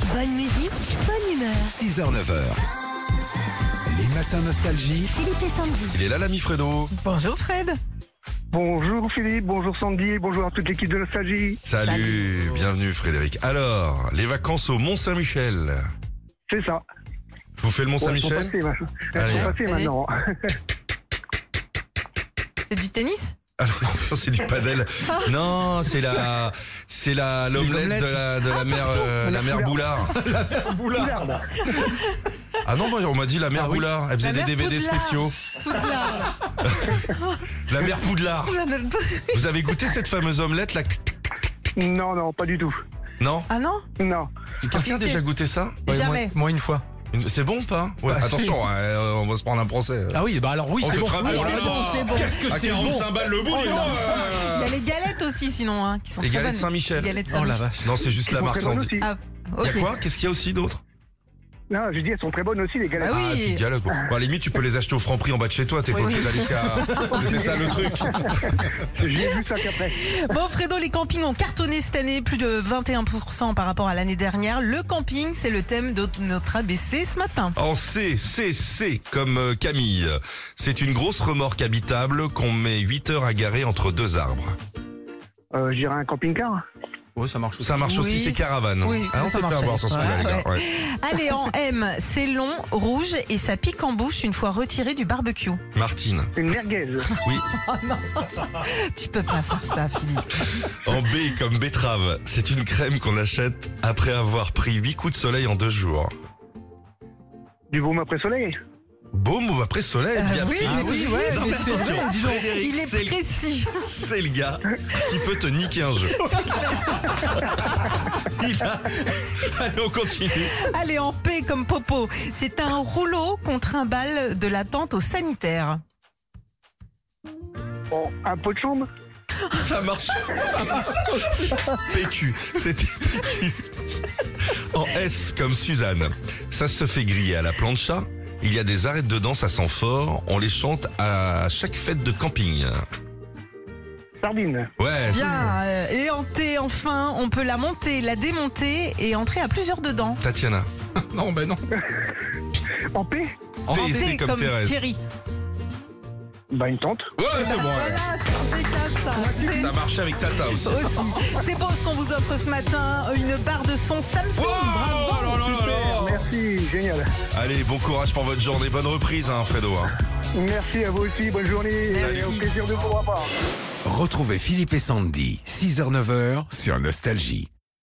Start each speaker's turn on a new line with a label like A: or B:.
A: Bonne musique, bonne humeur.
B: 6h, 9h. Les matins nostalgie.
A: Philippe et Sandy.
B: Il est là, l'ami Fredo.
C: Bonjour Fred.
D: Bonjour Philippe, bonjour Sandy, bonjour à toute l'équipe de Nostalgie.
B: Salut, bienvenue, Frédéric. Alors, les vacances au Mont-Saint-Michel.
D: C'est ça.
B: Je vous fais le
D: Ouais, elles sont
B: Mont-Saint-Michel
D: passées, ma- elles
B: Allez.
D: sont passées maintenant.
C: C'est du tennis
B: Ah non, c'est du padel. Non, c'est la, c'est la l'omelette de la de la mère euh, la mère Boulard.
D: Merde.
B: Ah non, moi on m'a dit la mère Boulard. Elle faisait
C: La
B: des
C: mère
B: DVD
C: Poudlard.
B: spéciaux.
C: Poudlard.
B: La mère Poudlard. Vous avez goûté cette fameuse omelette là
D: Non, non, pas du tout.
B: Non
C: Ah non
D: Non.
B: Quelqu'un a déjà goûté ça
C: Jamais.
E: Moi une fois.
B: Une- C'est bon ou pas Ouais,
E: Bah,
B: Attention, hein, euh, on va se prendre un procès. Ah,
E: Ah oui, bah alors oui,
B: Oh,
E: c'est
B: c'est
E: bon.
B: très bon,
E: Oui,
B: là.
E: c'est bon, c'est bon. Ah, Qu'est-ce que
B: À
E: c'est bon
B: 45 balles le bout, dis donc, euh.
C: Oh, Il y a les galettes aussi sinon, hein, qui sont
B: Les
C: très
B: galettes
C: bonnes.
B: Saint-Michel.
C: Les galettes
E: Oh la
C: Saint-Michel.
E: vache.
B: Non, c'est juste
D: Elles
B: la
D: sont
B: marque
D: très bonnes
B: Sandy.
D: aussi.
C: Ah,
B: Il y a
C: ok.
B: quoi Qu'est-ce qu'il y a aussi d'autre
D: Non, j'ai dit, elles sont très bonnes aussi, les
C: Ah
D: galettes.
B: Ah, et puis
C: oui.
B: galope. Bah, à la limite, tu peux les acheter au franc prix en bas de chez toi. T'es
C: Oui, Ah,
B: coincé
C: oui.
B: d'aller jusqu'à. C'est ça le truc.
C: Ah
D: J'ai vu ça qu'après.
C: Bon Fredo, les campings ont cartonné cette année, plus de 21% par rapport à l'année dernière. Le camping, c'est le thème de notre ABC ce matin.
B: En C, C, C, comme euh, Camille. C'est une grosse remorque habitable qu'on met 8 heures à garer entre deux arbres.
D: Euh, J'irai un camping-car.
E: Ouais, ça marche.
B: Ça marche aussi,
C: Oui.
B: c'est caravane.
C: Oui,
B: Ah, on
C: ça
B: s'est fait
C: marche,
B: avoir sur ce
C: ouais,
B: là les gars. ouais.
C: Allez, en M, c'est long, rouge et ça pique en bouche une fois retiré du barbecue.
B: Martine.
D: Une merguez.
B: Oui.
C: Tu peux pas faire ça, Philippe.
B: En B, comme betterave. C'est une crème qu'on achète après avoir pris 8 coups de soleil en deux jours.
D: Du baume après soleil.
B: Baume après soleil,
C: Euh,
B: bien
C: oui,
B: fait.
C: mais oui, ouais,
B: Non,
C: mais
B: mais
C: c'est
B: attention,
C: vrai.
B: Frédéric,
C: Il est
B: c'est le-
C: précis.
B: c'est le gars qui peut te niquer un jeu. Il a- Allez, on continue.
C: Allez, en paix comme Popo. C'est un rouleau contre un bal de la tente au sanitaire.
D: Bon, un pot de chambre.
B: Ça marche. PQ. C'était PQ. En S comme Suzanne. Ça se fait griller à la plancha. Il y a des arêtes de danse à sang fort. On les chante à chaque fête de camping.
D: Sardine.
B: Ouais.
C: Bien. euh, Et en thé, enfin, on peut la monter, la démonter et entrer à plusieurs dedans.
B: Tatiana.
E: Non, bah non.
D: En paix.
B: T,
C: Thé
B: T comme Thérèse.
C: Thierry.
D: Bah, une tente.
B: Ouais, c'est bon. ouais.
C: Voilà, Ah, c'est impeccable ça. C'est
B: Ça marche avec Tata aussi.
C: aussi. C'est beau ce qu'on vous offre ce matin. Une barre de son Samsung.
B: Wow, oh
C: Bravo.
B: là, là, là, là.
D: Merci, génial.
B: Allez, bon courage pour votre journée. Bonne reprise, hein, Fredo. hein.
D: Merci à vous aussi, bonne journée.
C: Merci.
D: Et au plaisir de vous revoir.
F: Retrouvez Philippe et Sandy, 6h-9h sur Nostalgie.